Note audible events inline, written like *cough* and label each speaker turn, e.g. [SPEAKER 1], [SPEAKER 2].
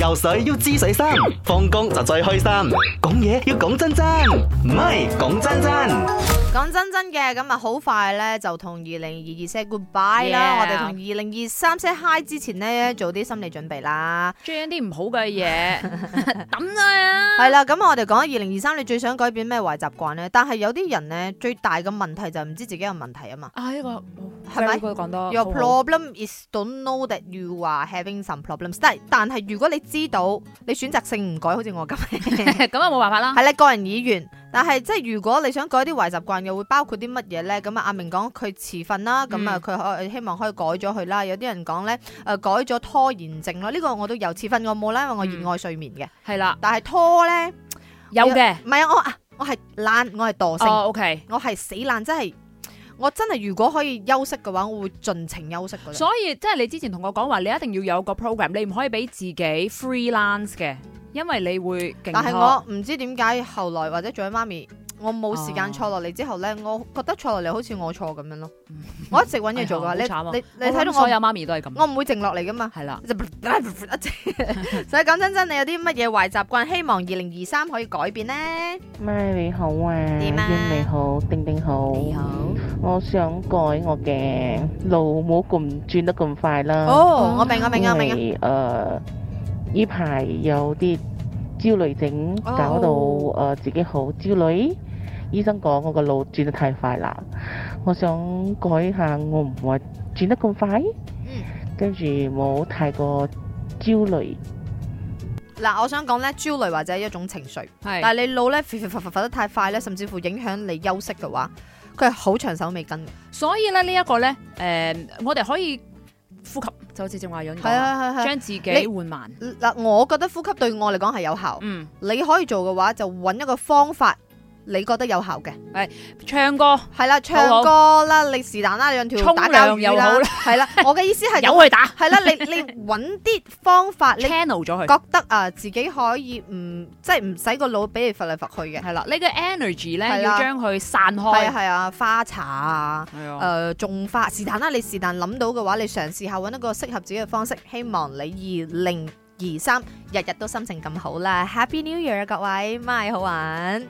[SPEAKER 1] 游水要知水深，放工就最開心。講嘢要講真真，唔係講真真。
[SPEAKER 2] 講真真嘅，咁啊好快咧就同二零二二 say goodbye 啦
[SPEAKER 3] Yeah
[SPEAKER 2] 我哋同二零二三 say hi 之前咧做啲心理準備啦。
[SPEAKER 3] 將一啲唔好嘅
[SPEAKER 2] *laughs*
[SPEAKER 3] 嘢抌咗佢啊！
[SPEAKER 2] 係啦，咁我哋講二零二三，你最想改變咩壞習慣咧？但係有啲人咧最大嘅問題就係唔知自己有問題啊嘛。
[SPEAKER 3] 啊呢個
[SPEAKER 2] 係咪
[SPEAKER 3] 佢講得
[SPEAKER 2] Your
[SPEAKER 3] 哦好啊好
[SPEAKER 2] problem is don't know that you are having some problems 但。但係如果你知道，你選擇性唔改，好似我咁，係
[SPEAKER 3] *laughs* 咁啊冇辦法啦。
[SPEAKER 2] 啦，個人意願。但係即係如果你想改啲壞習慣嘅，會包括啲乜嘢咧？咁啊，阿明講佢遲瞓啦，咁啊
[SPEAKER 3] 嗯
[SPEAKER 2] 佢可希望可以改咗佢啦。有啲人講咧，誒、改咗拖延症咯。呢、個我都有遲瞓我冇啦，因為我
[SPEAKER 3] 嗯
[SPEAKER 2] 熱愛睡眠嘅。
[SPEAKER 3] 係啦，
[SPEAKER 2] 但係拖咧，
[SPEAKER 3] 有嘅。
[SPEAKER 2] 唔係啊，我啊，我係懶，我係惰性，
[SPEAKER 3] 哦，OK。
[SPEAKER 2] 我係死懶，真係我真係如果可以休息嘅話，我會盡情休息噶啦。
[SPEAKER 3] 所以即係你之前同我講話，你一定要有個 program，你唔可以俾自己 freelance 嘅，因為你會勁
[SPEAKER 2] 但係
[SPEAKER 3] 拖
[SPEAKER 2] 我唔知點解後來或者做咗媽咪，我冇時
[SPEAKER 3] 哦
[SPEAKER 2] 間坐落嚟之後咧，我覺得坐落嚟好似我錯咁樣咯。我一直揾嘢做
[SPEAKER 3] 嗯哎
[SPEAKER 2] 嘅
[SPEAKER 3] 呀好
[SPEAKER 2] 話，
[SPEAKER 3] 慘啊
[SPEAKER 2] 你你你
[SPEAKER 3] 我
[SPEAKER 2] 睇
[SPEAKER 3] 諗所有
[SPEAKER 2] 到
[SPEAKER 3] 媽咪都係咁。
[SPEAKER 2] 我我唔會靜落嚟噶嘛。
[SPEAKER 3] 係啦，
[SPEAKER 2] 就一直 *laughs* 所以講真真，你有啲乜嘢壞習慣，希望二零二三可以改變呢？
[SPEAKER 4] Mary 好啊，
[SPEAKER 2] 點啊哎
[SPEAKER 4] 英你好，丁丁好，我想改我嘅路，唔好咁轉得咁快啦。
[SPEAKER 2] 哦，我明我明啊，我明啊，
[SPEAKER 4] 因為誒呢排有啲焦慮症，
[SPEAKER 2] 哦
[SPEAKER 4] 搞到誒、呃自己好焦慮。醫生講我個路轉得太快啦，我想改下，我唔話轉得咁快，
[SPEAKER 2] 嗯
[SPEAKER 4] 跟住冇太過焦慮。
[SPEAKER 2] 嗱，我想講咧，焦慮或者一種情緒。
[SPEAKER 3] 係
[SPEAKER 2] 但係你腦咧，肥肥佛佛佛得太快咧，甚至乎影響你休息嘅話，佢係好長手尾跟嘅。
[SPEAKER 3] 所以咧呢一個咧，誒，我哋可以呼吸，就好似正話樣講
[SPEAKER 2] 係
[SPEAKER 3] 啦，
[SPEAKER 2] 啊係啊
[SPEAKER 3] 將自己
[SPEAKER 2] 你
[SPEAKER 3] 緩慢。
[SPEAKER 2] 係啊。嗱，我覺得呼吸對我嚟講係有效。
[SPEAKER 3] 嗯，
[SPEAKER 2] 你可以做嘅話，就揾一個方法，你覺得有效嘅。
[SPEAKER 3] 唱歌
[SPEAKER 2] 係啦，唱歌啦，你是但啦，你養條
[SPEAKER 3] 沖
[SPEAKER 2] 打交
[SPEAKER 3] 涼
[SPEAKER 2] 魚
[SPEAKER 3] 又好
[SPEAKER 2] 啦
[SPEAKER 3] 啦，
[SPEAKER 2] 係
[SPEAKER 3] *laughs*
[SPEAKER 2] 啦。我嘅意思係
[SPEAKER 3] 有啊去打
[SPEAKER 2] 係啦，你
[SPEAKER 3] *laughs*
[SPEAKER 2] 你揾啲方法，你
[SPEAKER 3] ，channel 咗佢。
[SPEAKER 2] 覺得啊自己可以唔即係唔使個腦俾你佛嚟佛去嘅。
[SPEAKER 3] 係啦，你嘅
[SPEAKER 2] 係
[SPEAKER 3] energy 咧
[SPEAKER 2] 啦
[SPEAKER 3] 要將佢散
[SPEAKER 2] 係啊
[SPEAKER 3] 開。
[SPEAKER 2] 係啊，花茶啊。
[SPEAKER 3] 係啊
[SPEAKER 2] 誒種花是但啦，你是但諗到嘅話，你嘗試下揾一個適合自己嘅方式，希望你二零二三日日都心情咁好啦！Happy New Year 啊，各位，咪好玩！